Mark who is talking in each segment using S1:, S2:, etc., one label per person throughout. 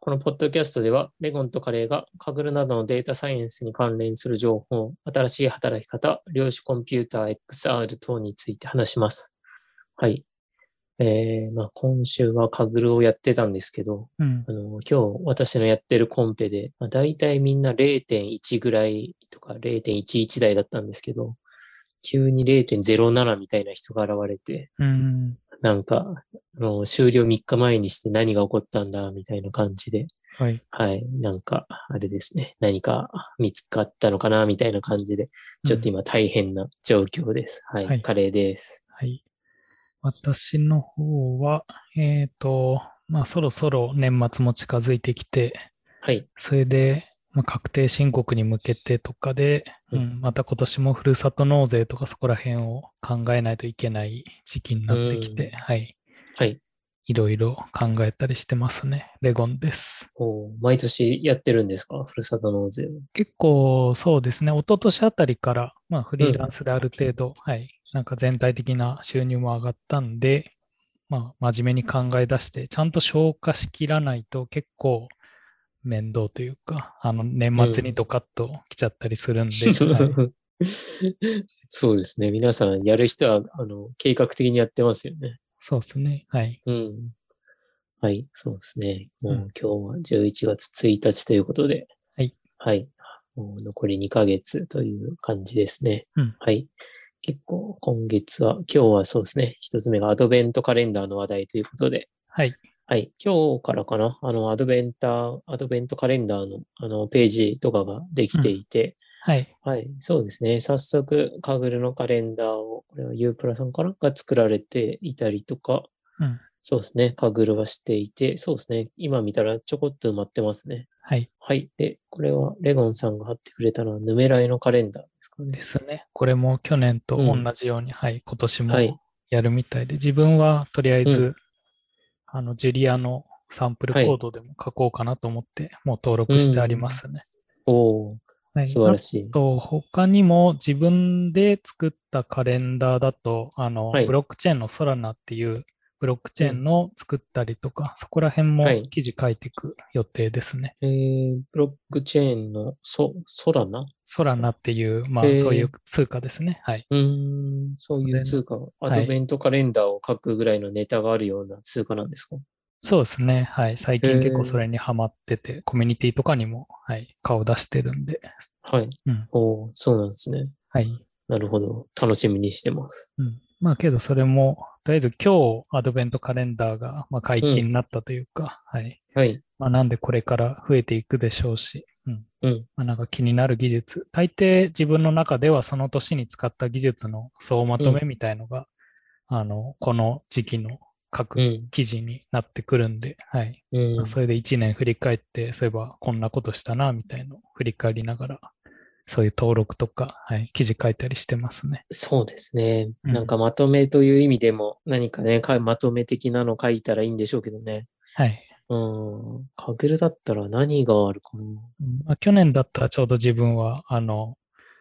S1: このポッドキャストでは、レゴンとカレーがカグルなどのデータサイエンスに関連する情報、新しい働き方、量子コンピューター XR 等について話します。はい。えー、まあ今週はカグルをやってたんですけど、
S2: うん
S1: あ。の、今日私のやってるコンペで、まあ、大体みんな0.1ぐらいとか0.11台だったんですけど、急に0.07みたいな人が現れて、
S2: うん。
S1: なんか、あの終了3日前にして何が起こったんだ、みたいな感じで、
S2: はい。
S1: はい、なんか、あれですね、何か見つかったのかな、みたいな感じで、ちょっと今大変な状況です。はい、
S2: はい
S1: カレーです。
S2: はい。私の方は、えっ、と、まあそろそろ年末も近づいてきて、
S1: はい、
S2: それで、まあ、確定申告に向けてとかで、
S1: う
S2: うんん、また今年もふるさと納税とかそこら辺を考えないといけない時期になってきて、
S1: うん
S2: はい。
S1: はい。
S2: いろいろ考えたりしてますね。レゴンです。
S1: おー毎年やってるんですかふるさと納 税を。
S2: 結構そうですね、一昨年あたりから、まあ、フリーランスである程度、はい、なんか全体的な収入も上がったんで、まあ、真面目に考え出して、ちゃんと消化しきらないと結構面倒というか、あの年末にドカッと来ちゃったりするんで、 はい
S1: そうですね。皆さんやる人は、あの、計画的にやってますよね。
S2: そうですね、はい。
S1: うん。はい、そうですね。も
S2: うん
S1: う今日は11月1日ということで。
S2: はい。
S1: はい。もう残り2ヶ月という感じですね。
S2: うん
S1: はい。結構今月は、今日はそうですね。一つ目がアドベントカレンダーの話題ということで。
S2: はい。
S1: はい。今日からかな。あの、アドベンター、アドベントカレンダーの、あの、ページとかができていて、
S2: はい。
S1: はい、そうですね。早速、カグルのカレンダーを、これはユープラさんかなが作られていたりとか、
S2: うん。
S1: そうですね。カグルはしていて、そうですね。今見たらちょこっと埋まってますね。
S2: はい。
S1: はい。で、これはレゴンさんが貼ってくれたのは、ヌメライのカレンダーですかね
S2: で。すね。これも去年と同
S1: うん
S2: じように、はい、今年
S1: はい
S2: もやるみたいで、自分はとりあえず、
S1: うん
S2: あの、ジュリアのサンプルコ
S1: はい
S2: ードでも書こうかなと思って、もう登録してありますね。
S1: お
S2: は
S1: ー、
S2: い、
S1: 素晴ら
S2: い。
S1: しい。
S2: と、他にも自分で作ったカレンダーだと、あの、
S1: はい
S2: ブロックチェーンのソラナっていう、ブロックチェーンの作ったりとか、そこら辺も
S1: はい
S2: 記事書いていく予定ですね。
S1: えー、ブロックチェーンの、そ、ソラナ
S2: ソラナっていう、まあ
S1: へ、ー
S2: そういう通貨ですね。はいう
S1: ーん、そうい
S2: これ
S1: う
S2: ね
S1: 通貨を、ア
S2: はい
S1: ドベントカレンダーを書くぐらいのネタがあるような通貨なんですか
S2: そうですね。はい。最
S1: へー
S2: 近結構それにハマってて、コミュニティとかにも、はい、顔出してるんで。
S1: はい。
S2: うん。
S1: おー、そうなんですね。
S2: はい。
S1: なるほど。楽しみにしてます。
S2: うん。まあけどそれも、とりあえず今日アドベントカレンダーが、まあ、解禁になったというか、はい。
S1: はい。
S2: まあなんでこれから増えていくでしょうし、うん。
S1: うん
S2: まあなんか気になる技術。大抵自分の中ではその年に使った技術の総まとめみたいのが、あの、この時期の
S1: う
S2: 各
S1: ん。
S2: 記事になってくるんで、はい。
S1: う
S2: ま
S1: ん
S2: あ、それで1年振り返って、そういえばこんなことしたな、みたいのを振り返りながら、そういう登録とか、はい、記事書いたりしてますね。
S1: そうですね。
S2: うん
S1: なんかまとめという意味でも、何かね、かまとめ的なの書いたらいいんでしょうけどね。
S2: はい。
S1: うん。かぐるだったら何があるかな。
S2: うんまあ、去年だったらちょうど自分は、あの、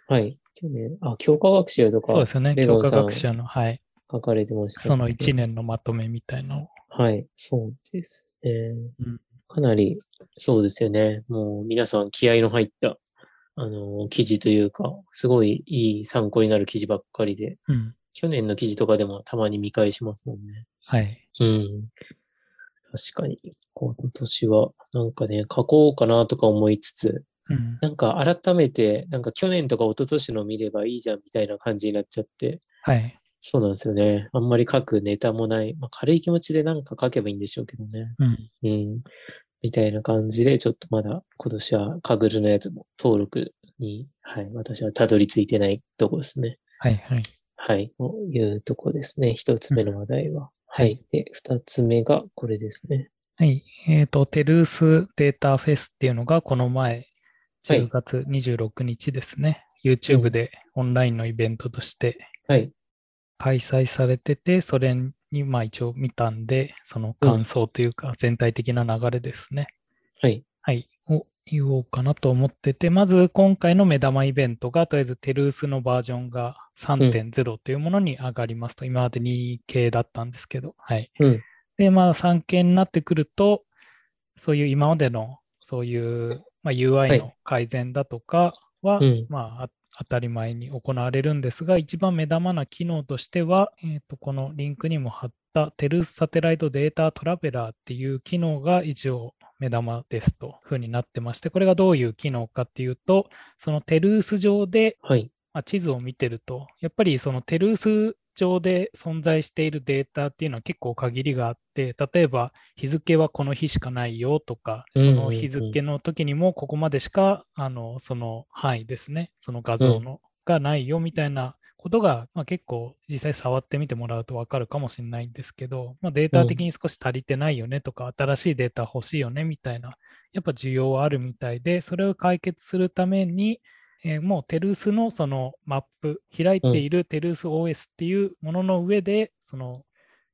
S1: はい。去年、あ、教科学習と
S2: そう
S1: か
S2: ですよね、
S1: レ
S2: 教
S1: ゴン
S2: 科
S1: さん
S2: 学習の、はい、
S1: 書かれてましたね、
S2: その1年のまとめみたいのを。
S1: はい。そうですね。
S2: うん
S1: かなり、そうですよね。もう皆さん気合の入った、あの、記事というか、すごいいい参考になる記事ばっかりで、
S2: うん。
S1: 去年の記事とかでもたまに見返しますもんね。
S2: はい。
S1: うん。確かに。今年は、なんかね、書こうかなとか思いつつ、
S2: うん。
S1: なんか改めて、なんか去年とか一昨年の見ればいいじゃんみたいな感じになっちゃって、
S2: はい。
S1: そうなんですよね。あんまり書くネタもない。まあ、軽い気持ちでなんか書けばいいんでしょうけどね。
S2: うん。
S1: うん。みたいな感じで、ちょっとまだ今年はカグルのやつも登録に、はい、私はたどり着いてないとこですね。
S2: はい。はい。
S1: はい、というとこですね。一つ目の話題は。
S2: うん
S1: はい。で、二つ目がこれですね。
S2: はい。えっ、と、テルースデータフェスっていうのが、この前、
S1: はい
S2: 10月26日ですね、YouTube でオンラインのイベントとして
S1: はい。
S2: 開催されてて、それにまあ一応見たんで、その感想というか全体的な流れですね。
S1: はい。
S2: はい。を言おうかなと思ってて、まず今回の目玉イベントが、とりあえずテルースのバージョンが3.0というものに上がりますと、今まで2系だったんですけど、はい。
S1: うん。
S2: で、まあ3系になってくると、そういう今までの、そういう、ま
S1: は
S2: あ、UI
S1: い
S2: の改善だとかは、
S1: うん
S2: まあ、あ当たり前に行われるんですが、一番目玉な機能としては、えーとこのリンクにも貼ったテルサテライトデータトラベラーっていう機能が一応目玉ですというふうになってまして、これがどういう機能かっていうと、そのテルース上で
S1: はい。
S2: まあ、地図を見てると、やっぱりそのテルース上で存在しているデータっていうのは結構限りがあって、例えば日付はこの日しかないよとか、
S1: うん
S2: そ
S1: うんうん
S2: の日付の時にもここまでしか、あのその範囲ですね、その画像の、がないよみたいなことが、まあ、結構実際触ってみてもらうと分かるかもしれないんですけど、まあ、データ的に少し足りてないよねとか、新しいデータ欲しいよねみたいな、やっぱ需要はあるみたいで、それを解決するために、えーもうテルースのそのマップ、開いているテルース OS っていうものの上で、その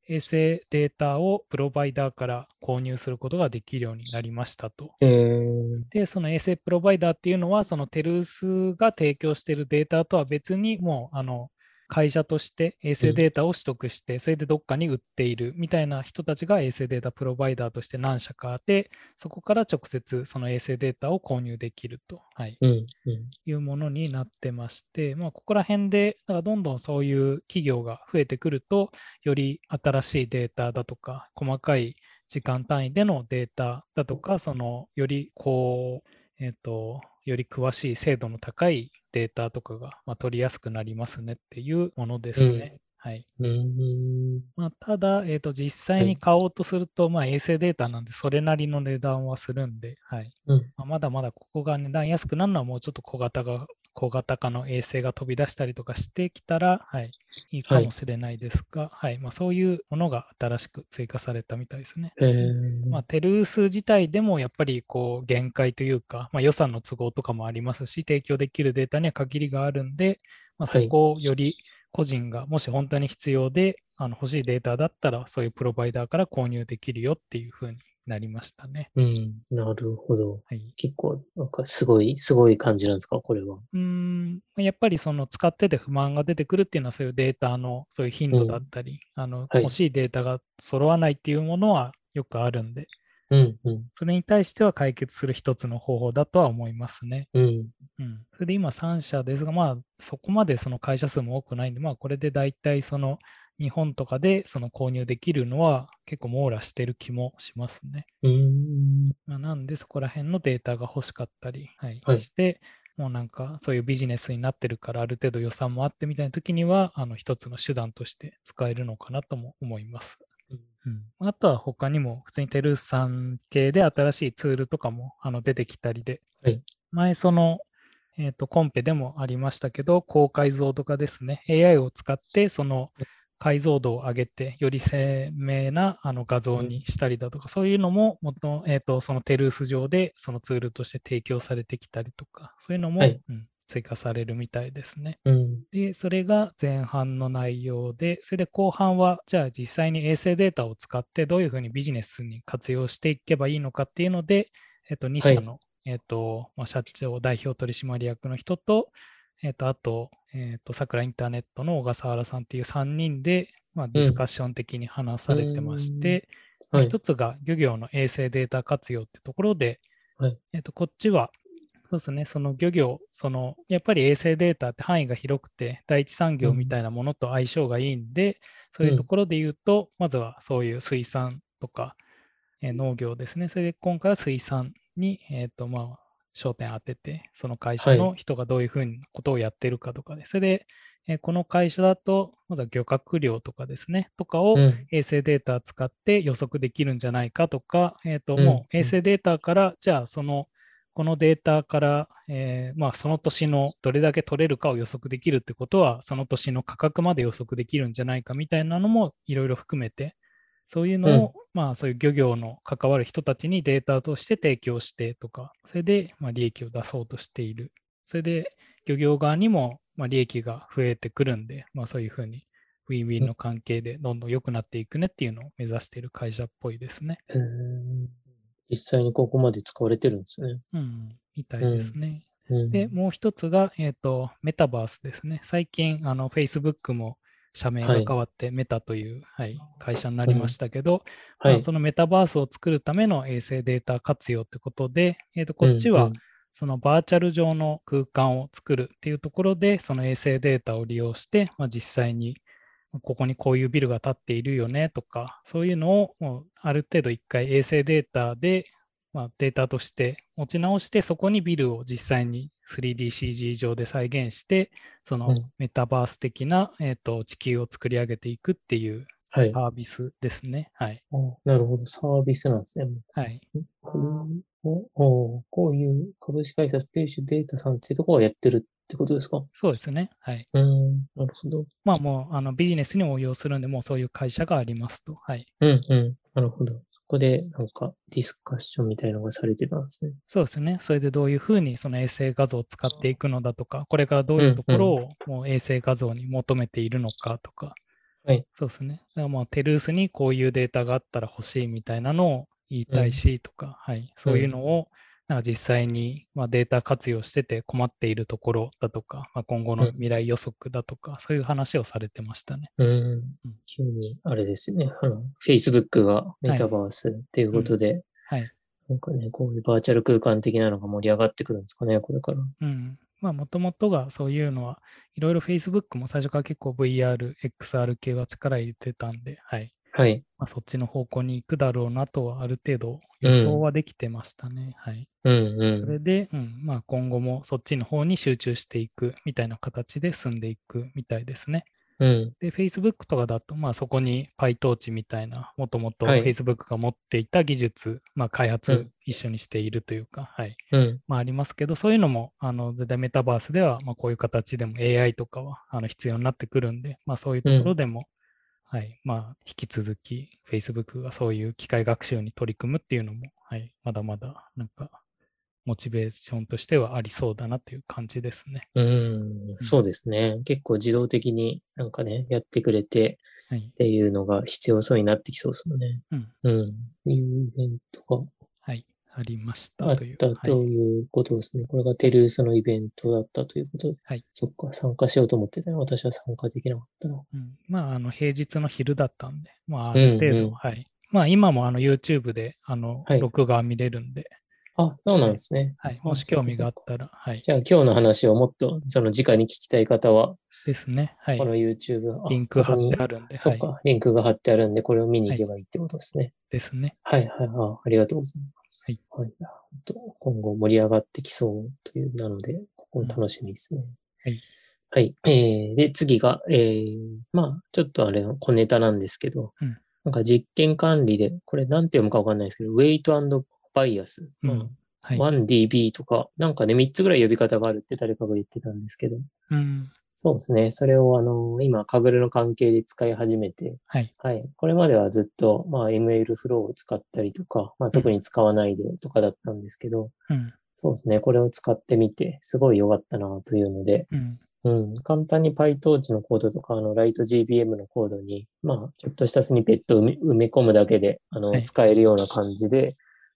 S2: 衛星データをプロバイダーから購入することができるようになりましたと。
S1: えー、
S2: で、その衛星プロバイダーっていうのは、そのテルースが提供しているデータとは別に、もうあの会社として衛
S1: う
S2: 星
S1: ん
S2: データを取得して、それでどっかに売っているみたいな人たちが衛星データプロバイダーとして何社かあって、そこから直接その衛星データを購入できると。はい
S1: うん、うん。
S2: いうものになってまして、まあ、ここら辺で、だからどんどんそういう企業が増えてくると、より新しいデータだとか、細かい時間単位でのデータだとか、そのよりこう、えっ、と、より詳しい精度の高いデータとかが、まあ、取りやすくなりますねっていうものですね。はい。
S1: うーん。
S2: まあ、ただ、えっ、と、実際
S1: はい
S2: に買おうとすると、まあ、衛星データなんで、それなりの値段はするんで、はい。
S1: うん
S2: まあ、まだまだここが値段安くなるのは、もうちょっと小型が、小型化の衛星が飛び出したりとかしてきたら、はい、いいか
S1: はい
S2: もしれないですが、はい、まあ、そういうものが新しく追加されたみたいですね。
S1: えー、
S2: まあ、テルース自体でもやっぱりこう限界というか、まあ、予算の都合とかもありますし、提供できるデータには限りがあるんで、まあ、
S1: は
S2: そ
S1: い
S2: こをより個人がもし本当に必要で、あの欲しいデータだったら、そういうプロバイダーから購入できるよっていうふうになりましたね。
S1: うん、なるほど。
S2: はい、
S1: 結構、なんかすごい、すごい感じなんですか、これは。
S2: うーんまあやっぱりその使ってて不満が出てくるっていうのは、そういうデータのそういう頻度だったり、あの
S1: はい
S2: 欲しいデータが揃わないっていうものはよくあるんで、
S1: うん、うん、
S2: それに対しては解決する一つの方法だとは思いますね。
S1: うん。
S2: うん、それで今3社ですが、まあ、そこまでその会社数も多くないんで、まあ、これで大体その日本とかでその購入できるのは結構網羅してる気もしますね。
S1: うーん。
S2: まあ、なんでそこら辺のデータが欲しかったり、はい
S1: はい
S2: して、もうなんかそういうビジネスになってるからある程度予算もあってみたいな時には、あの一つの手段として使えるのかなとも思います。うん、あとは他にも、普通にテルさん系で新しいツールとかもあの出てきたりで、
S1: はい
S2: 前その、えーとコンペでもありましたけど、高解像度化ですね、AI を使ってその解像度を上げて、より鮮明なあの画像にしたりだとか、そういうのも元、えーとそのテルース上でそのツールとして提供されてきたりとか、そういうのも、
S1: はい
S2: うん追加されるみたいですね。
S1: うん。
S2: で、それが前半の内容で、それで後半は、じゃあ実際に衛星データを使って、どういうふうにビジネスに活用していけばいいのかっていうので、えっと、2社の、えっと、まあ、社長、代表取締役の人と、えっと、あと、えっと、桜インターネットの小笠原さんっていう3人で、まあ、ディスカッション的に話されてまして、
S1: はい。
S2: 一つが漁業の衛星データ活用ってところで、
S1: はい
S2: えっとこっちは、そうですね、その漁業、そのやっぱり衛星データって範囲が広くて、第一産業みたいなものと相性がいいんで、そういうところで言うと、まずはそういう水産とか、えー農業ですね、それで今回は水産に、えっとまあ、焦点当てて、その会社の人がどういうふうなことをやってるかとかで、それで、えーこの会社だと、まずは漁獲量とかですね、とかを、
S1: うん。
S2: 衛星データ使って予測できるんじゃないかとか、えーと
S1: うん
S2: もう衛星データから、じゃあその、このデータから、えーまあ、その年のどれだけ取れるかを予測できるってことは、その年の価格まで予測できるんじゃないかみたいなのもいろいろ含めて、そういうのを、まあ、そういう漁業の関わる人たちにデータとして提供してとか、それで、まあ、利益を出そうとしている。それで、漁業側にも、まあ、利益が増えてくるんで、まあ、そういうふうにウィンウィンの関係でどんどん良くなっていくねっていうのを目指している会社っぽいですね。
S1: へー実際にここまで使われてるんですね。
S2: うん、みたいですね。
S1: うん、
S2: で、もう一つが、えっ、と、メタバースですね。最近、あの、Facebook も社名
S1: は
S2: が
S1: い
S2: 変わってメタという、はい会社になりましたけど、
S1: は
S2: まあ
S1: い。
S2: そのメタバースを作るための衛星データ活用ってことで、えー、とこっちは、
S1: うんうん
S2: そのバーチャル上の空間を作るっていうところで、その衛星データを利用して、まあ、実際にここにこういうビルが建っているよねとか、そういうのをもうある程度一回衛星データで、まあ、データとして持ち直して、そこにビルを実際に 3DCG 上で再現して、そうの
S1: ん
S2: メタバース的な、えー、と地球を作り上げていくっていう
S1: はい。
S2: サービスですね。はい。
S1: あなるほど。サービスなんですね。
S2: はい。
S1: これをおこういう株式会社スペーシュデータさんっていうところはやってるってことですか
S2: そうですね。はい。
S1: うーん、なるほど。
S2: まあもうあのビジネスに応用するんで、もうそういう会社がありますと。はい。
S1: うん、うん。なるほど。そこで、なんか、ディスカッションみたいなのがされてたんですね。
S2: そうですね。それでどういうふうにその衛星画像を使っていくのだとか、これからどういうところをもう衛星画像に求めているのかとか。
S1: はい。
S2: そうですね。だからまあテルースにこういうデータがあったら欲しいみたいなのを言いたいしとか、はい。そういうのをなんか実際にまあデータ活用してて困っているところだとか、まあ、今後の未来予測だとか、そういう話をされてましたね。
S1: うーん。急に、あれですね。あの、Facebook がメタバースっていうことで、
S2: はい。
S1: なんかね、こういうバーチャル空間的なのが盛り上がってくるんですかね、これから。
S2: うん。まあ、もともとがそういうのは、いろいろ Facebook も最初から結構 VR、XR 系は力入れてたんで、はい。
S1: はい。
S2: まあ、そっちの方向に行くだろうなとは、ある程度
S1: うん
S2: 予想はできてましたね。はい。
S1: うん
S2: そ
S1: うん。
S2: れで、うん、まあ、今後もそっちの方に集中していくみたいな形で進んでいくみたいですね。
S1: うん。
S2: で、Facebook とかだと、まあ、そこに PyTorch みたいな、もともと
S1: はい
S2: Facebook が持っていた技術、まあ、開
S1: う
S2: 発
S1: ん
S2: 一緒にしているというか、はい。
S1: うん。
S2: まあ、ありますけど、そういうのも、あの、絶対メタバースでは、まあ、こういう形でも AI とかは、あの、必要になってくるんで、まあ、そういうところでも、はい、まあ、引き続き、Facebook がそういう機械学習に取り組むっていうのも、はい、まだまだ、なんか、モチベーションとしてはありそうだなという感じですね。
S1: うん。そうですね。結構自動的になんかね、やってくれて、
S2: はい
S1: っ。ていうのが必要そうになってきそうですよね。
S2: うん。
S1: うん。いうイベント
S2: はい。ありまし
S1: があ
S2: た
S1: っ
S2: という。
S1: たと
S2: はい。
S1: いうことですね。これがテルースのイベントだったということで。
S2: はい
S1: そっか、参加しようと思ってたね。私は参加できなかったな。
S2: うん、まあ、あの、平日の昼だったんで、まあ、
S1: う
S2: あ
S1: ん
S2: る程度、
S1: うん
S2: はい。まあ、今も、あの、YouTube で、あの、
S1: はい
S2: 録画見れるんで、
S1: あ、そうなんですね。
S2: はい。
S1: あ
S2: もし
S1: そうか
S2: 興味
S1: そう
S2: があっ
S1: か
S2: たら、はい。
S1: じゃあ今日の話をもっと、その直に聞きたい方は、
S2: ですね。は
S1: この
S2: い。
S1: YouTube、あ
S2: リンク貼っ
S1: ここに
S2: てあるんで、
S1: そ
S2: は
S1: っ
S2: い。
S1: か、リンクが貼ってあるんで、これを見に行けばいいってことですね。
S2: ですね。
S1: はい、はい、あありがとうございます。
S2: はい
S1: はい。いや本当今後盛り上がってきそうという、なので、ここ楽しみですね。
S2: はい。
S1: はい。えー、で、次が、えー、まあ、ちょっとあれの小ネタなんですけど、
S2: うん
S1: なんか実験管理で、これなんて読むかわかんないですけど、ウェイトバイアス。
S2: うん
S1: まあ
S2: はい。
S1: 1DB とか、なんかね、3つぐらい呼び方があるって誰かが言ってたんですけど、
S2: うん。
S1: そうですね。それを、あの、今、カグルの関係で使い始めて、
S2: はい。
S1: はい。これまではずっと、まあ、ML フローを使ったりとか、まあ、特に使わないでとかだったんですけど、
S2: うん。
S1: そうですね。これを使ってみて、すごい良かったなというので、
S2: うん。
S1: うん。簡単に PyTorch のコードとか、あの、LightGBM のコードに、まあ、ちょっとしたスニペットを埋め埋め込むだけで、あの、
S2: はい
S1: 使えるような感じで、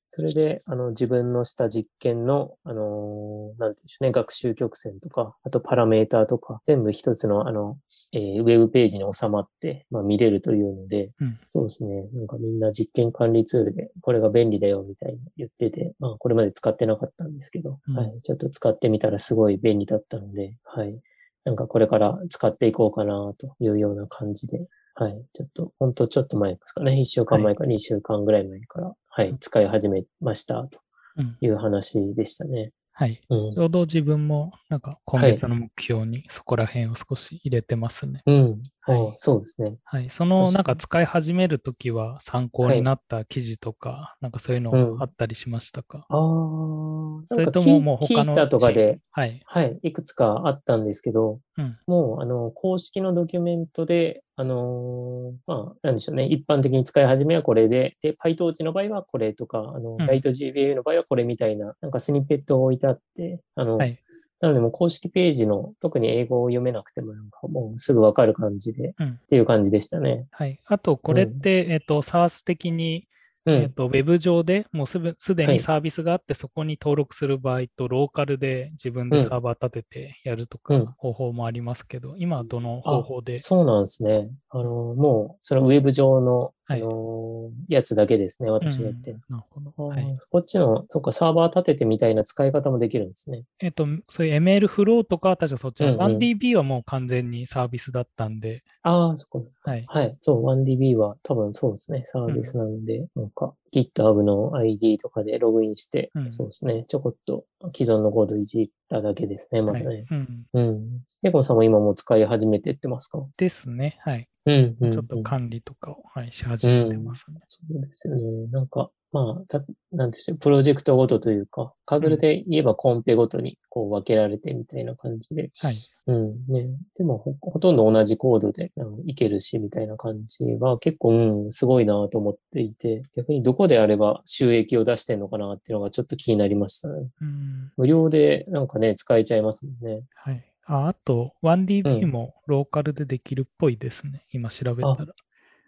S1: それで、あの、自分のした実験の、あのーなんていうんでしょうね、学習曲線とか、あとパラメーターとか、全部一つの、あの、えーウェブページに収まって、まあ、見れるというので、
S2: うん
S1: そうですね。なんかみんな実験管理ツールで、これが便利だよみたいに言ってて、まあこれまで使ってなかったんですけど、
S2: うん
S1: はい。ちょっと使ってみたらすごい便利だったので、はい。なんかこれから使っていこうかなというような感じで、はい。ちょっと、ほんとちょっと前ですかね。1週間前か2週間ぐらい前から、はい、
S2: うん
S1: 使い始めましたと
S2: うん。
S1: いう話でしたね。
S2: はい。
S1: うん
S2: ち。ょうど自分も、なんか、今
S1: はい
S2: 月の目標にそこら辺を少し入れてますね。
S1: うん。は
S2: はい
S1: い。そうですね。
S2: はい。その、
S1: 確かに
S2: なんか、使い始めるときは参考
S1: はい
S2: になった記事とか、なんかそういう
S1: う
S2: の
S1: ん
S2: あったりしましたか
S1: あー、
S2: そ
S1: なん
S2: れ
S1: か
S2: と
S1: 聞
S2: も
S1: い
S2: もう他の
S1: 聞いたとか
S2: チー
S1: で、
S2: はい。
S1: はい、いくつかあったんですけど、
S2: うん。
S1: もう、あの、公式のドキュメントで、あのーまあ、なんでしょうね。一般的に使い始めはこれで、で、PyTorch の場合はこれとか、あの、
S2: うん
S1: LightGBA の場合はこれみたいな、なんかスニッペットを置いてあって、あの、
S2: はい
S1: なのでもう公式ページの、特に英語を読めなくても、なんかもうすぐわかる感じで、
S2: うん
S1: っていう感じでしたね。
S2: はい。あと、これっ
S1: うん
S2: て、えっと、サース的に、
S1: うん。
S2: えっと、ウェブ上でもうすぐすで
S1: は
S2: に
S1: い
S2: サービスがあって、そこに登録する場合と、ローカルで自分で
S1: うん
S2: サーバー立ててやると
S1: うん
S2: か方法もありますけど、今はどの方法で
S1: そうなんですね。あの、もう、そのウェブ上の、
S2: はい
S1: あの、やつだけですね、私がやってる
S2: うんなるほど。
S1: の。
S2: はい
S1: あーこっちの、そっか、サーバー立ててみたいな使い方もできるんですね。
S2: えっと、そういう ML フローとか、確かそっちの
S1: うんうん
S2: 1DB はもう完全にサービスだったんで、
S1: ああ、そこ。
S2: はい。
S1: はい。そう、1DB は多分そうですね。サービスなので、なんか GitHub の ID とかでログインして、
S2: うん
S1: そうですね。ちょこっと既存のコードいじっただけですね、まだね。
S2: はいうん、
S1: うん。ペコンさんも今もう使い始めてってますか
S2: ですね。はい。
S1: うん、うん。
S2: ちょっ
S1: う
S2: と
S1: ん
S2: 管理とかを、はい、し始めてますね。
S1: そうですよね。なんか、まあ、たなんていうんでしょう、プロジェクトごとというか、カグルで言えばコンペごとにこう分けられてみたいな感じで、
S2: はい。
S1: うんね。でもほ、ほとんど同じコードであのいけるし、みたいな感じは結構、うん、すごいなと思っていて、逆にどこであれば収益を出してんのかなっていうのがちょっと気になりましたね。
S2: うん。
S1: 無料でなんかね、使えちゃいますもんね。
S2: はい。あ、あと、1DB もローカルでできるっぽいですね。今調べたら。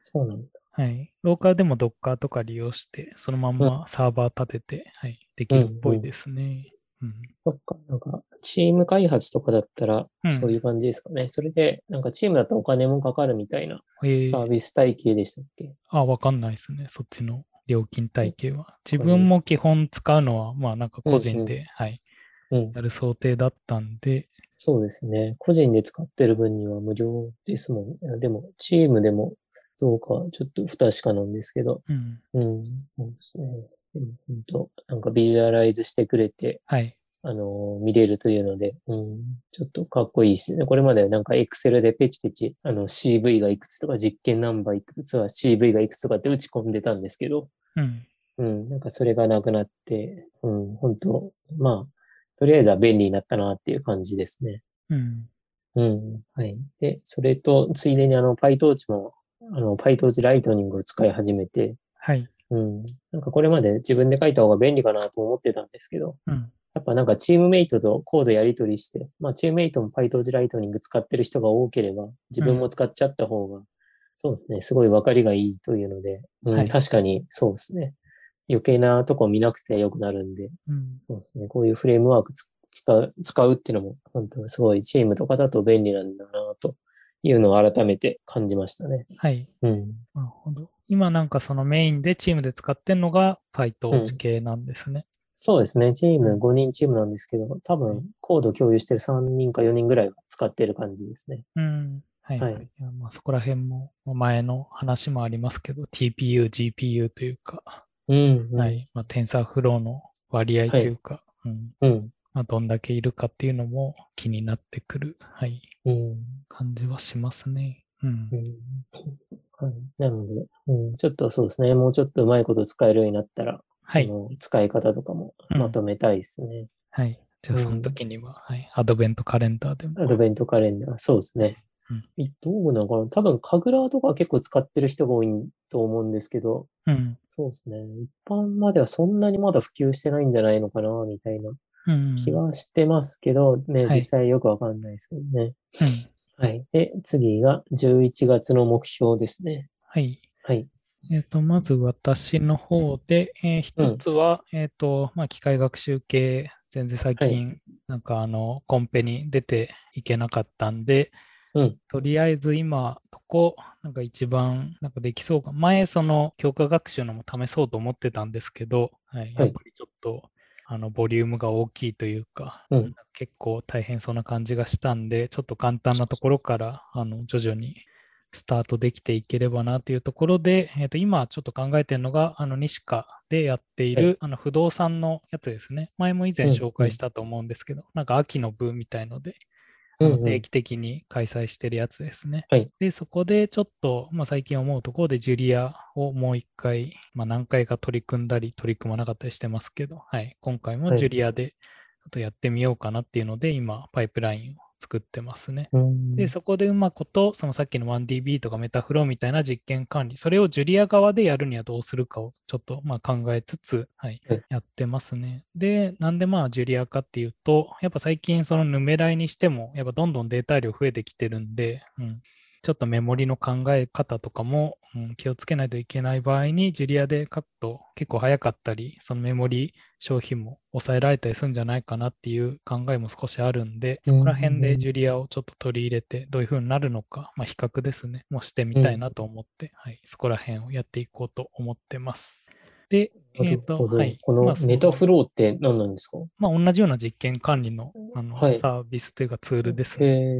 S1: そうなんだ。
S2: はい。ローカルでも Docker とか利用して、そのまんまサーバー立てて、はい、できるっぽいですね。うん。
S1: そっか、なんか、チーム開発とかだったら
S2: うん、
S1: そういう感じですかね。それで、なんかチームだとお金もかかるみたいな
S2: えー
S1: サービス体系でしたっけ、
S2: あ、わかんないですね。そっちの料金体系は。自
S1: わかんない
S2: 分も基本使うのは、まあなんか個
S1: うんう
S2: 人
S1: ん
S2: で、はい、
S1: うん、
S2: やる想定だったんで、
S1: そうですね。個人で使ってる分には無料ですもんね。あでも、チームでもどうか、ちょっと不確かなんですけど。
S2: うん。
S1: うん、そうですね。でも本当なんかビジュアライズしてくれて、
S2: はい。
S1: あのー見れるというので、うん、ちょっとかっこいいですね。これまでなんか Excel でペチペチ、あの CV がいくつとか実験ナンバーいくつは CV がいくつとかって打ち込んでたんですけど、
S2: うん。
S1: うん、なんかそれがなくなって、うん、本当まあ、とりあえずは便利になったなっていう感じですね。
S2: うん。
S1: うん、はい。で、それと、ついでにあの、PyTorch も、あの、PyTorch ライトニングを使い始めて、
S2: はい。
S1: うん、なんかこれまで自分で書いた方が便利かなと思ってたんですけど、
S2: うん。
S1: やっぱなんかチームメイトとコードやり取りして、まあチームメイトも PyTorch ライトニング使ってる人が多ければ、自分も使っちゃった方が、そうですね、すごい分かりがいいというので、うん
S2: はい
S1: 確かにそうですね。余計なとこ見なくてよくなるんで、
S2: うん。
S1: そうですね、こういうフレームワークつ使う使うっていうのも、本当にすごいチームとかだと便利なんだなというのを改めて感じましたね。
S2: はい。
S1: うん。
S2: なるほど。今なんかそのメインでチームで使ってんのが PyTorch 系なんですね。
S1: そうですね、チーム5人チームなんですけど、多分コード共有してる3人か4人ぐらいが使ってる感じですね。
S2: うん。はい、
S1: は
S2: はいい。いやまあそこら辺もまあ前の話もありますけど、TPU、GPU というか、
S1: うん、うん
S2: はい。まあ、TensorFlow の割合というか、うん。
S1: うん。
S2: まあ、どんだけいるかっていうのも気になってくる、はい、
S1: うん。
S2: 感じはしますね。うん
S1: う。んはい、なので、うん、ちょっとそうですね、もうちょっとうまいこと使えるようになったら、
S2: は
S1: あ
S2: い。
S1: の使い方とかも
S2: うん
S1: まとめたいですね。
S2: はい。じゃ
S1: う
S2: あ、
S1: ん
S2: その時には、はい。アドベントカレンダーでも。
S1: アドベントカレンダー、そうですね。
S2: うん
S1: えどうなのかな多分、カグラとか結構使ってる人が多いと思うんですけど、
S2: うん。
S1: そうですね。一般まではそんなにまだ普及してないんじゃないのかな、みたいな
S2: うん。
S1: 気はしてますけど、ね、
S2: はい
S1: 実際よくわかんないですけどね。
S2: うん
S1: はい。で、次が11月の目標ですね。
S2: はい。
S1: はい。
S2: えっ、と、まず私の方で、えー
S1: うん
S2: 一つは、えっ、と、まあ、機械学習系、全然最近、なんかあの、コンペに出ていけなかったんで、
S1: うん
S2: とりあえず今、ここ、なんか一番、なんかできそうか。前、その、強化学習のも試そうと思ってたんですけど、はい、
S1: はい
S2: やっぱりちょっと、あの、ボリュームが大きいというか、
S1: うん
S2: なんか結構大変そうな感じがしたんで、ちょっと簡単なところから、あの、徐々にスタートできていければなというところで、えっと今ちょっと考えてるのが、あの西川でやっている、
S1: は
S2: あの不動産のやつですね。前も以前
S1: うん
S2: 紹介したと思うんですけど、なんか秋の部みたいので、
S1: うん
S2: あ
S1: う
S2: の
S1: ん
S2: 定期的に開催してるやつですね。
S1: はい
S2: で、そこでちょっと、まあ、最近思うところで、ジュリアをもう一回、まあ、何回か取り組んだり、取り組まなかったりしてますけど、はい、今回
S1: は
S2: も
S1: い
S2: ジュリアでちょっとやってみようかなっていうので、今、パイプラインを作ってますね。
S1: うん
S2: で、そこでうまくと、そのさっきの 1DB とかメタフローみたいな実験管理、それをジュリア側でやるにはどうするかをちょっとまあ考えつつ、はい
S1: はい、
S2: やってますね。で、なんでまあジュリアかっていうと、やっぱ最近そのヌメライにしても、やっぱどんどんデータ量増えてきてるんで、うん、ちょっとメモリの考え方とかも、うん、気をつけないといけない場合に、ジュリアで書くと結構早かったり、そのメモリ消費も抑えられたりするんじゃないかなっていう考えも少しあるんで、そこら辺でジュリアをちょっと取り入れて、どういう風になるのか、まあ、比較ですね、もしてみたいなと思って、はい、そこら辺をやっていこうと思ってます。で、え
S1: なる
S2: ーと
S1: ほど
S2: はい
S1: こ
S2: ま
S1: の
S2: あそう
S1: メタフローって何なんですか
S2: まあ、同じような実験管理のあの、
S1: はい
S2: サービスというかツールですね。
S1: え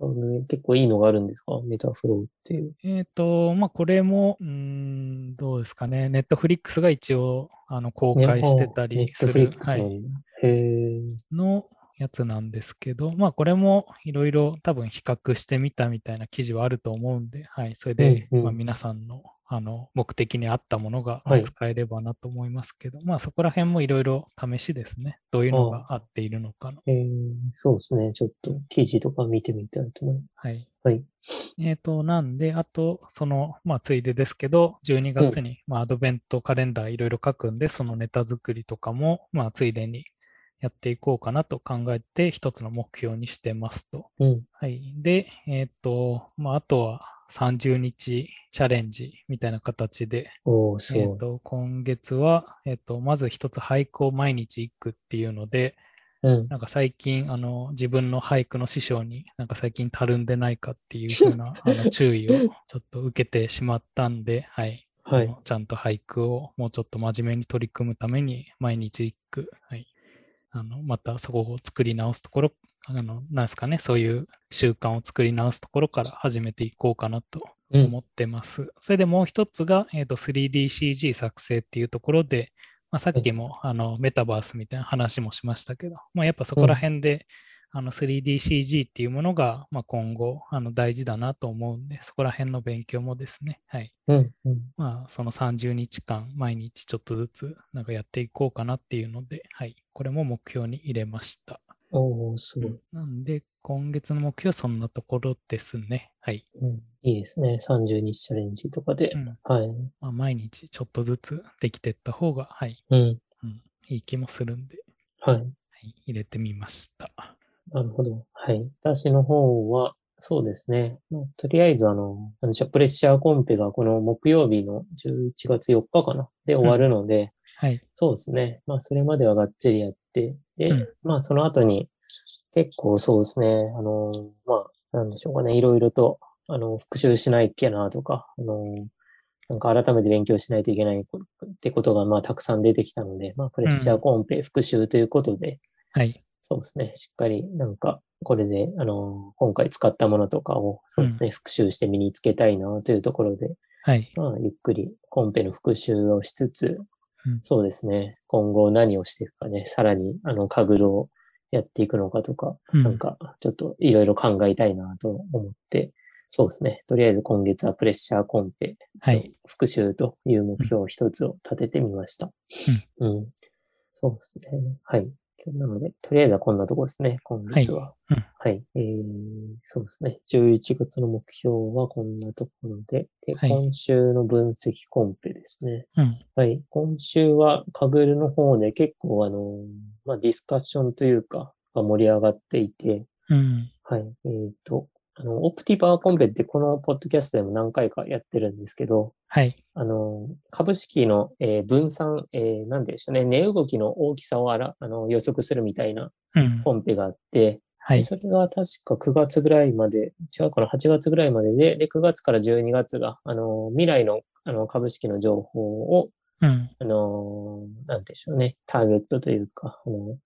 S1: ー、結構いいのがあるんですかメタフローっていう。
S2: えっ、と、まあ、これも、うーん、どうですかね。ネットフリックスが一応、あの、公開してた
S1: ネ
S2: り
S1: ット
S2: す
S1: フリ
S2: る
S1: ッ、ク
S2: は
S1: スの。
S2: い、
S1: へー
S2: のやつなんですけど、まあ、これもいろいろ多分比較してみたみたいな記事はあると思うんで、はい、それで、
S1: うんうん
S2: まあ、皆さんの、あの、目的に合ったものが
S1: はい
S2: 使えればなと思いますけど、まあ、そこら辺もいろいろ試しですね。どういうの
S1: あ
S2: が合っているのかの。
S1: えーそうですね。ちょっと記事とか見てみたいと思います。
S2: はい。
S1: はい。
S2: えっ、と、なんで、あと、その、まあ、ついでですけど、12月に、まあ、アドベントカレンダーいろいろ書くんで、そのネタ作りとかも、まあ、ついでにやっていこうかなと考えて、一つの目標にしてますと。
S1: うん。
S2: はい。で、えっ、と、まあ、あとは30日チャレンジみたいな形で、
S1: おー、す
S2: え
S1: ご
S2: っ
S1: い。
S2: と、今月は、えっ、と、まず一つ俳句を毎日一句っていうので、
S1: うん。
S2: なんか最近、あの、自分の俳句の師匠に、なんか最近たるんでないかっていうふうなあの注意をちょっと受けてしまったんで、はい。
S1: は
S2: あ
S1: い。
S2: のちゃんと俳句をもうちょっと真面目に取り組むために、毎日一句、はい。あの、またそこを作り直すところ、あの、なんですかね、そういう習慣を作り直すところから始めていこうかなと
S1: うん。
S2: 思ってます。それでもう一つが、えー、と 3DCG 作成っていうところで、まあ、さっきも、あのメタバースみたいな話もしましたけど、まあ、やっぱそこら辺で、あの 3DCG っていうものが、まあ、今後あの大事だなと思うんで、そこら辺の勉強もですね、はい
S1: うん。うん。
S2: まあ、その30日間、毎日ちょっとずつなんかやっていこうかなっていうので、はい、これも目標に入れました。
S1: おー、すごい。
S2: なんで、今月の目標はそんなところですね。はい。
S1: うん。いいですね。30日チャレンジとかで
S2: う。ん
S1: はい。
S2: まあ、毎日ちょっとずつできてった方が、はい、
S1: うん。
S2: うん、いい気もするんで、
S1: はい。
S2: はい、入れてみました。
S1: なるほど。はい。私の方は、そうですね。まあとりあえず、あの、なんでしょうプレッシャーコンペがこの木曜日の11月4日かなで終わるので、
S2: はい。
S1: そうですね。まあ、それまではがっちりやって、で、
S2: うん
S1: まあ、その後に、結構そうですね、あのー、まあ、なんでしょうかね、いろいろと、あの、復習しないっけなとか、あのー、なんか改めて勉強しないといけないこってことが、まあ、たくさん出てきたので、まあ、プレッシャーコンペ復習ということで、
S2: はい。
S1: そうですね、しっかり、なんか、これで、あのー、今回使ったものとかを、そうですね、復習して身につけたいなというところで、
S2: はい。
S1: まあ、ゆっくりコンペの復習をしつつ、
S2: うん
S1: そうですね、今後何をしていくかね、さらにあの、カグルをやっていくのかとか、
S2: うん
S1: なんかちょっといろいろ考えたいなと思って、そうですね、とりあえず今月はプレッシャーコンペ
S2: はい。
S1: 復習という目標を一つを立ててみました。うん。そうですね。はい。なので、とりあえずはこんなところですね、今月は。
S2: うん
S1: はい。えー、そうですね。11月の目標はこんなところで、で、
S2: はい
S1: 今週の分析コンペですね。
S2: うん。
S1: はい。今週は、カグルの方で結構、あのーまあ、ディスカッションというか、が盛り上がっていて、
S2: うん。
S1: はい。えっ、と、あの、オプティバーコンペってこのポッドキャストでも何回かやってるんですけど、
S2: はい。
S1: あの、株式の、えー分散、えーなんて言うんでしょうね、値動きの大きさをあらあの予測するみたいな
S2: うん。
S1: コンペがあって、
S2: は
S1: で
S2: い。
S1: それが確か9月ぐらいまで、違うかな、8月ぐらいまでで、で9月から12月が、あの、未来のあの株式の情報を、
S2: うん。
S1: あの、なんて言うんでしょうね、ターゲットというか、あの、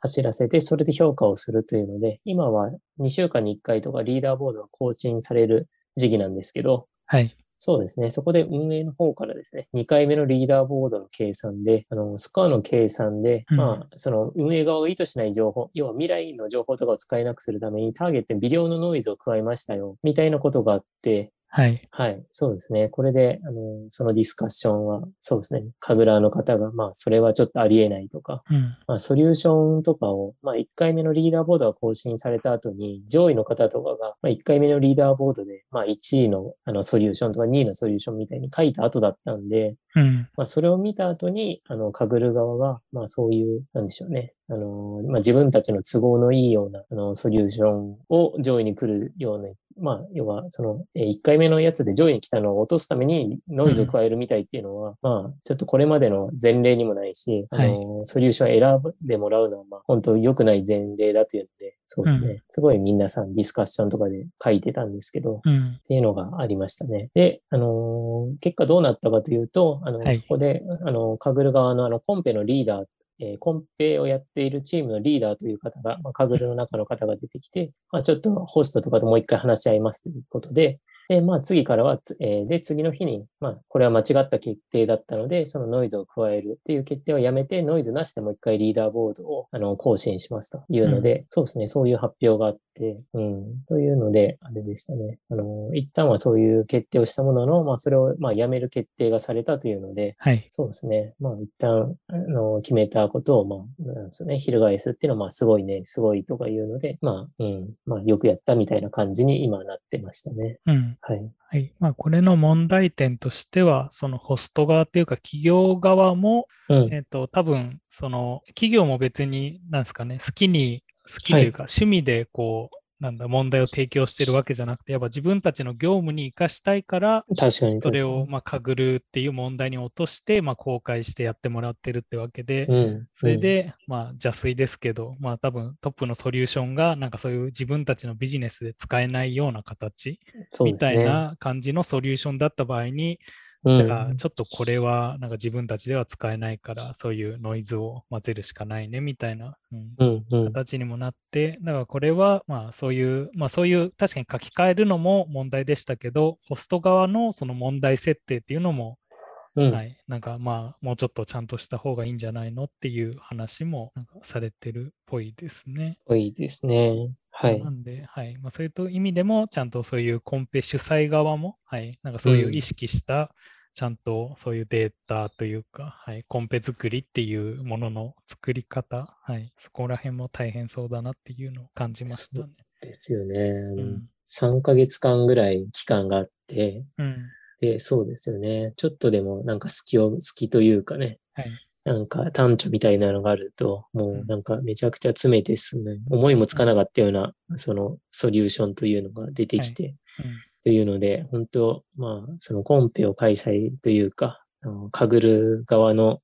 S1: 走らせて、それで評価をするというので、今は2週間に1回とかリーダーボードが更新される時期なんですけど、
S2: はい。
S1: そうですね。そこで運営の方からですね、2回目のリーダーボードの計算で、あのスコアの計算で、
S2: うん
S1: まあ、その運営側が意図しない情報、要は未来の情報とかを使えなくするために、ターゲットに微量のノイズを加えましたよ、みたいなことがあって、
S2: はい。
S1: はい、そうですね。これで、あの、そのディスカッションは、そうですね。カグラーの方が、まあ、それはちょっとありえないとか、
S2: うん。
S1: まあ、ソリューションとかを、まあ、1回目のリーダーボードが更新された後に、上位の方とかが、まあ、1回目のリーダーボードで、まあ、1位のあのソリューションとか2位のソリューションみたいに書いた後だったんで、
S2: うん。
S1: まあ、それを見た後に、あの、かぐる側が、まあ、そういう、なんでしょうね。あの、まあ、自分たちの都合のいいような、あの、ソリューションを上位に来るようなまあ、要は、その、えー1回目のやつで上位に来たのを落とすためにノイズを加えるみたいっていうのは、まあ、ちょっとこれまでの前例にもないし、あのソリューション選んでもらうのは、まあ、本当良くない前例だというので、そうですね。
S2: う
S1: すごい皆さんディスカッションとかで書いてたんですけど、
S2: うん。
S1: っていうのがありましたね。で、あのー結果どうなったかというと、あの、
S2: はい
S1: そこで、あの、カグル側のあの、コンペのリーダー、えーコンペをやっているチームのリーダーという方が、まあ、カグルの中の方が出てきて、まあ、ちょっとホストとかともう一回話し合いますということで、で、まあ次からはつ、えーで、次の日に、まあこれは間違った決定だったので、そのノイズを加えるっていう決定をやめて、ノイズなしでもう一回リーダーボードをあの更新しますというので、そうですね、そういう発表があって、うん、というので、あれでしたね。あの、一旦はそういう決定をしたものの、まあそれを、まあやめる決定がされたというので、
S2: はい。
S1: そうですね。まあ、一旦、あの、決めたことを、まあ、なんですよね、翻すっていうのは、まあ、すごいね、すごいとか言うので、まあ、うん、まあ、よくやったみたいな感じに今なってましたね。
S2: うん。
S1: はい。
S2: はい。まあ、これの問題点としては、そのホスト側っていうか、企業側も、
S1: うん。
S2: えっ、と、多分、その、企業も別に、なんですかね、好きに、好きというか、趣味で、こう、なんだ、問題を提供してるわけじゃなくて、やっぱ自分たちの業務に生かしたいから、
S1: 確かに。
S2: それ
S1: 確か
S2: を、まあ、かぐるっていう問題に落として、まあ、公開してやってもらってるってわけで、
S1: に、うん。
S2: それで、まあ、邪推ですけど、まあ、多分トップのソリューションが、なんかそういう自分たちのビジネスで使えないような形
S1: うん、そう
S2: み
S1: です
S2: た
S1: ね
S2: い、な感じのソリューションだった場合に、
S1: うん、
S2: じゃあ、ちょっとこれは、なんか自分たちでは使えないから、そういうノイズを混ぜるしかないね、みたいな。うん
S1: うん、うん。
S2: 形にもなって、だからこれは、まあそういう、まあそういう、確かに書き換えるのも問題でしたけど、ホスト側のその問題設定っていうのも、
S1: うん
S2: はい、なんかまあもうちょっとちゃんとした方がいいんじゃないのっていう話もなんかされてるっぽいですね。
S1: 多いですね。はい
S2: な。んで、はい、まあそういう意味でも、ちゃんとそういうコンペ主催側も、はい、なんかそういう意識した、ちゃんとそういうデータというか、はい、コンペ作りっていうものの作り方、はい、そこら辺も大変そうだなっていうのを感じましたね。
S1: ですよね。
S2: う。
S1: うん3ヶ月間ぐらい期間があって、
S2: うん。
S1: で、そうですよね。ちょっとでもなんか隙を、隙というかね。
S2: はい
S1: なんか短所みたいなのがあると、も
S2: うん
S1: うなんかめちゃくちゃ詰めて進む、思いもつかなかったような、そのソリューションというのが出てきて、というので、本当まあ、そのコンペを開催というか、あのカグル側の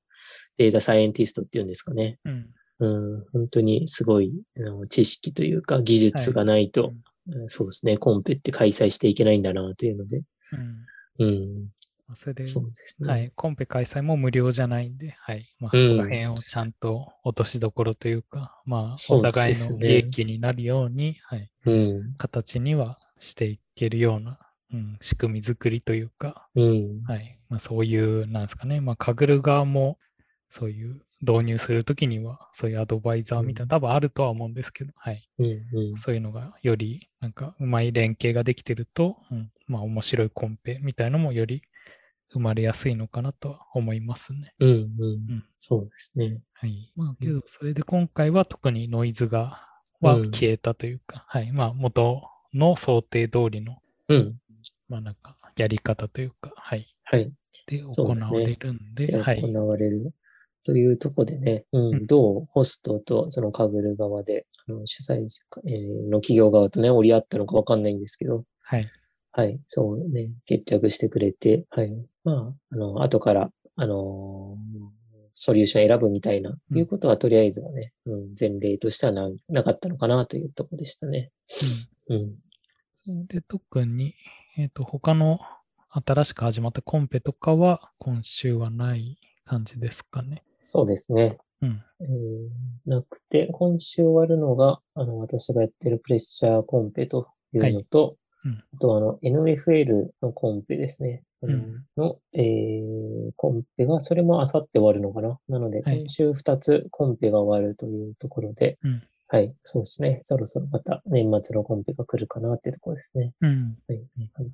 S1: データサイエンティストっていうんですかね。
S2: うん。うん
S1: うん、本当にすごいあの知識というか技術がないと、うんそうですね、コンペって開催していけないんだなというので、
S2: うん。
S1: うん、
S2: まあそれで、
S1: そうですね。
S2: はい、コンペ開催も無料じゃないんで、はい、まあ、
S1: うん
S2: そこら辺をちゃんと落としどころというか、まあ、
S1: そ
S2: お
S1: う
S2: 互
S1: で
S2: い
S1: す
S2: の
S1: ね
S2: 利益になるように、はい、
S1: うん、
S2: 形にはしていけるような、うん、仕組み作りというか、
S1: うん、
S2: はいまあ、そういう、なんですかね、まあ、かぐる側も、そういう導入するときには、そういうアドバイザーみたいな、多分あるとは思うんですけど、はい、
S1: うん、うん。
S2: そういうのがより、なんか、うまい連携ができてると、うん、まあ、面白いコンペみたいのもより生まれやすいのかなとは思いますね。
S1: うん、うん
S2: ん。
S1: そうですね。
S2: はい。まあ、けど、それで今回は特にノイズが、は
S1: うん
S2: 消えたというか、はい。まあ、元の想定通りの、
S1: うん。
S2: まあ、なんか、やり方というか、はい。
S1: はい。
S2: で、行
S1: そうです
S2: わ
S1: ね
S2: れるんで、
S1: で
S2: はい。
S1: 行われる。というとこでね、うん
S2: うん
S1: どうホストとそのカグル側で、あの主催者えーの企業側とね、折り合ったのかわかんないんですけど、
S2: はい。
S1: はい、そうね、決着してくれて、はい。まあ、あの、後から、あのーソリューション選ぶみたいな、
S2: うん
S1: いうことは、とりあえずはね、うん、前例としてはななかったのかなというとこでしたね。うん。
S2: うん、で、特に、えっ、と、他の新しく始まったコンペとかは、今週はない感じですかね。
S1: そうですね。
S2: うん。
S1: うんなくて、今週終わるのが、あの、私がやってるプレッシャーコンペというのと、
S2: はいうん
S1: あとあの、NFL のコンペですね。あの
S2: うん
S1: の、えーコンペが、それも明後日終わるのかな。なので、
S2: はい
S1: 今週2つコンペが終わるというところで、
S2: うん。
S1: はい、そうですね。そろそろまた年末のコンペが来るかなっていうところですね。
S2: うん。
S1: はい、今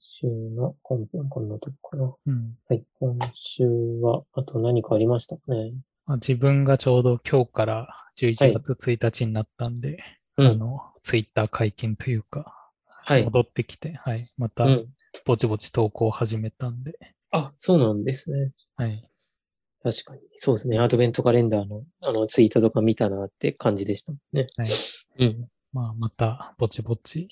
S1: 週のコンペはこんなとこかな。
S2: うん
S1: はい、今週は、あと何かありましたかね。
S2: まあ、自分がちょうど今日から
S1: はい
S2: 11月1日になったんで、
S1: う
S2: あ
S1: ん。
S2: の、ツイッター解禁というか、
S1: はい。
S2: 戻ってきて、はい、また
S1: うん。
S2: ぼちぼち投稿を始めたんで、
S1: あ、そうなんですね。
S2: はい、
S1: 確かに。そうですね。アドベントカレンダーのあのツイートとか見たなって感じでしたもんね。
S2: はい
S1: うん。
S2: まあ、またぼちぼち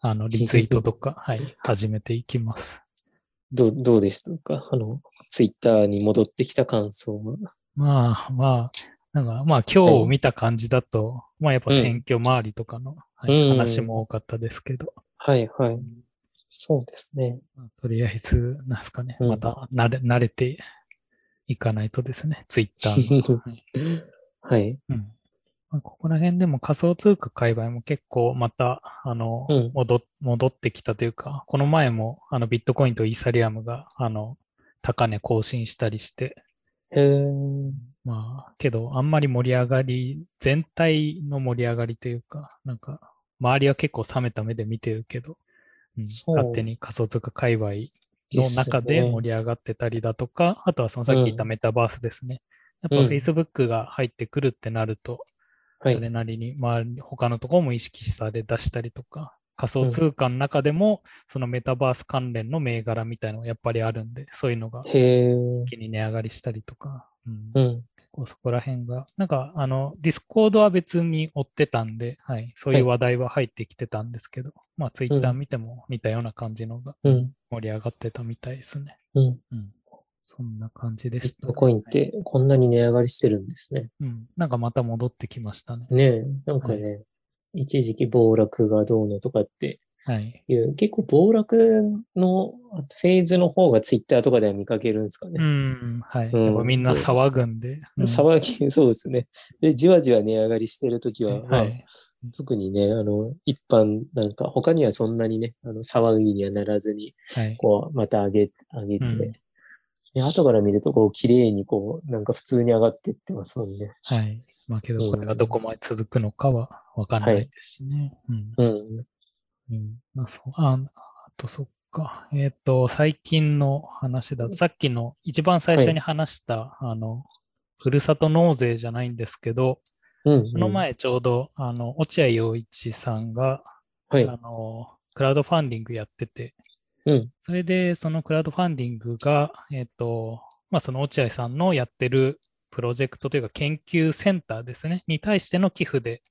S2: あの、リツイートとか、はい、始めていきます。
S1: どう、どうでしたかあの、ツイッターに戻ってきた感想は。
S2: まあまあ、なんかまあ今日見た感じだと、まあやっぱ選挙周りとかの、はい
S1: うん
S2: 話も多かったですけど、
S1: はいはい。そうですね。
S2: まあとりあえず、なんすかね、
S1: うん
S2: また慣れ慣れていかないとですね、ツイッター の。はい
S1: はい。
S2: うんまあここら辺でも仮想通貨界隈も結構また、あの、
S1: うん
S2: 戻戻ってきたというか、この前もあのビットコインとイーサリアムがあの高値更新したりして、
S1: へー
S2: まあ、けど、あんまり盛り上がり、全体の盛り上がりというか、なんか、周りは結構冷めた目で見てるけど、うん
S1: そう
S2: 勝手に仮想通貨界隈の中で
S1: ですね
S2: 盛り上がってたりだとか、あとはそのさっき言ったメタバースですね。や
S1: う
S2: っ
S1: ん
S2: ぱ Facebook が入ってくるってなると、
S1: はい
S2: それなりに、まあ、他のところも意識され出したりとか、仮想通貨の中でも、そのメタバース関連の銘柄みたいなのがやっぱりあるんで、そういうのが
S1: へー
S2: 一気に値上がりしたりとか、うん
S1: うん。
S2: こうそこら辺が、なんか、あの、ディスコードは別に追ってたんで、はい、そういう話題は入ってきてたんですけど、まあ、ツイッター見ても似たような感じのが
S1: うん。
S2: 盛り上がってたみたいですね。
S1: うん。
S2: うん。そんな感じで
S1: ビッ
S2: した、
S1: トコインっ
S2: はい
S1: てこんなに値上がりしてるんですね。
S2: うん。なんかまた戻ってきましたね。
S1: ねえ、なんかね、一時期暴落がどうのとかって
S2: はい。
S1: いう、結構暴落のフェーズの方がツイッターとかでは見かけるんですか
S2: う
S1: ね。
S2: ん、はい。
S1: うん
S2: やっぱみんな騒ぐんで。うん
S1: 騒ぎ、そうですね。で、じわじわ値上がりしてるときは、ま
S2: は
S1: あ
S2: い。
S1: 特にね、あの、一般なんか、他にはそんなにね、あの、騒ぎにはならずに、
S2: はい。
S1: こう、また上げ、上げて、
S2: うん
S1: で後から見ると、こう、綺麗にこう、なんか普通に上がってってますもんね。
S2: はい。まあ、けど、これがどこまで続くのかはわかんない
S1: はい
S2: ですしね。うん。
S1: うん。
S2: うんまあ、そうああとそっか。えっ、と、最近の話だと、さっきの一番最初に話した、あの、ふるさと納税じゃないんですけど、
S1: うん。
S2: この、前ちょうど、あの、落合陽一さんが、
S1: はい。
S2: あの、クラウドファンディングやってて、
S1: うん。
S2: それで、そのクラウドファンディングが、えっ、と、まあ、その落合さんのやってるプロジェクトというか研究センターですね、に対しての寄付で、だか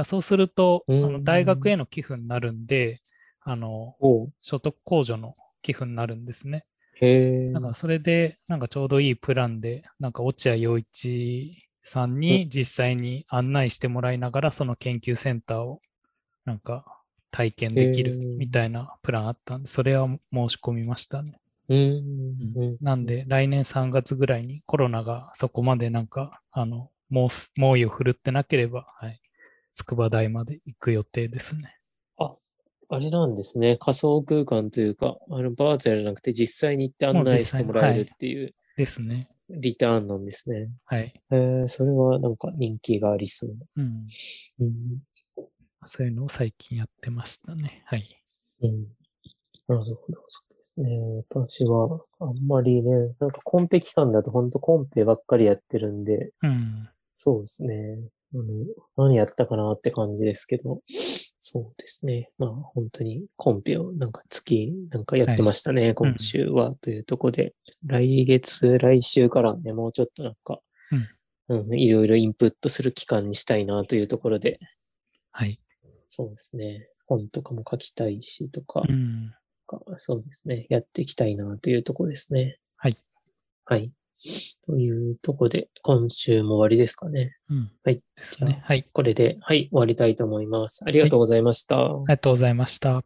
S2: らそうすると、あ
S1: う
S2: の
S1: ん
S2: 大学への寄付になるんで、あの、
S1: おう
S2: 所得控除の寄付になるんですね。
S1: へえ
S2: だ。からそれで、なんかちょうどいいプランで、なんか落合陽一さんに実際に案内してもらいながら、その研究センターをなんか体験でき
S1: へ
S2: る
S1: ー
S2: みたいなプランあったんで、それは申し込みましたね。
S1: うん。うん。
S2: なんで、来年3月ぐらいにコロナがそこまでなんか、あの、猛す猛威を振るってなければ、はい、筑波大まで行く予定ですね。
S1: あれなんですね。仮想空間というか、あの、バーチャルじゃなくて実際に行って案内してもらえるっていう
S2: ですね。
S1: リターンなんですね。
S2: はい。
S1: へえ、それはなんか人気がありそう。
S2: うん。
S1: うん。
S2: そういうのを最近やってましたね。はい。
S1: うん。なるほど、そうですね。私は、あんまりね、なんかコンペ期間だとほんとコンペばっかりやってるんで、
S2: うん。
S1: そうですね。あの、何やったかなって感じですけど、そうですね。まあ本当にコンペをなんか月なんかやってましたね、今週はというとこで、来月、来週からね、もうちょっとなんか、うん、いろいろインプットする期間にしたいなというところで、
S2: はい。
S1: そうですね。本とかも書きたいしとか、
S2: うん。
S1: かそうですね。やっていきたいなというとこですね。
S2: はい。
S1: はい。というとこで、今週も終わりですかね。
S2: うん。
S1: はい。
S2: ですね。はい。
S1: これで、はい、終わりたいと思います。ありがとうございました。
S2: ありがとうございました。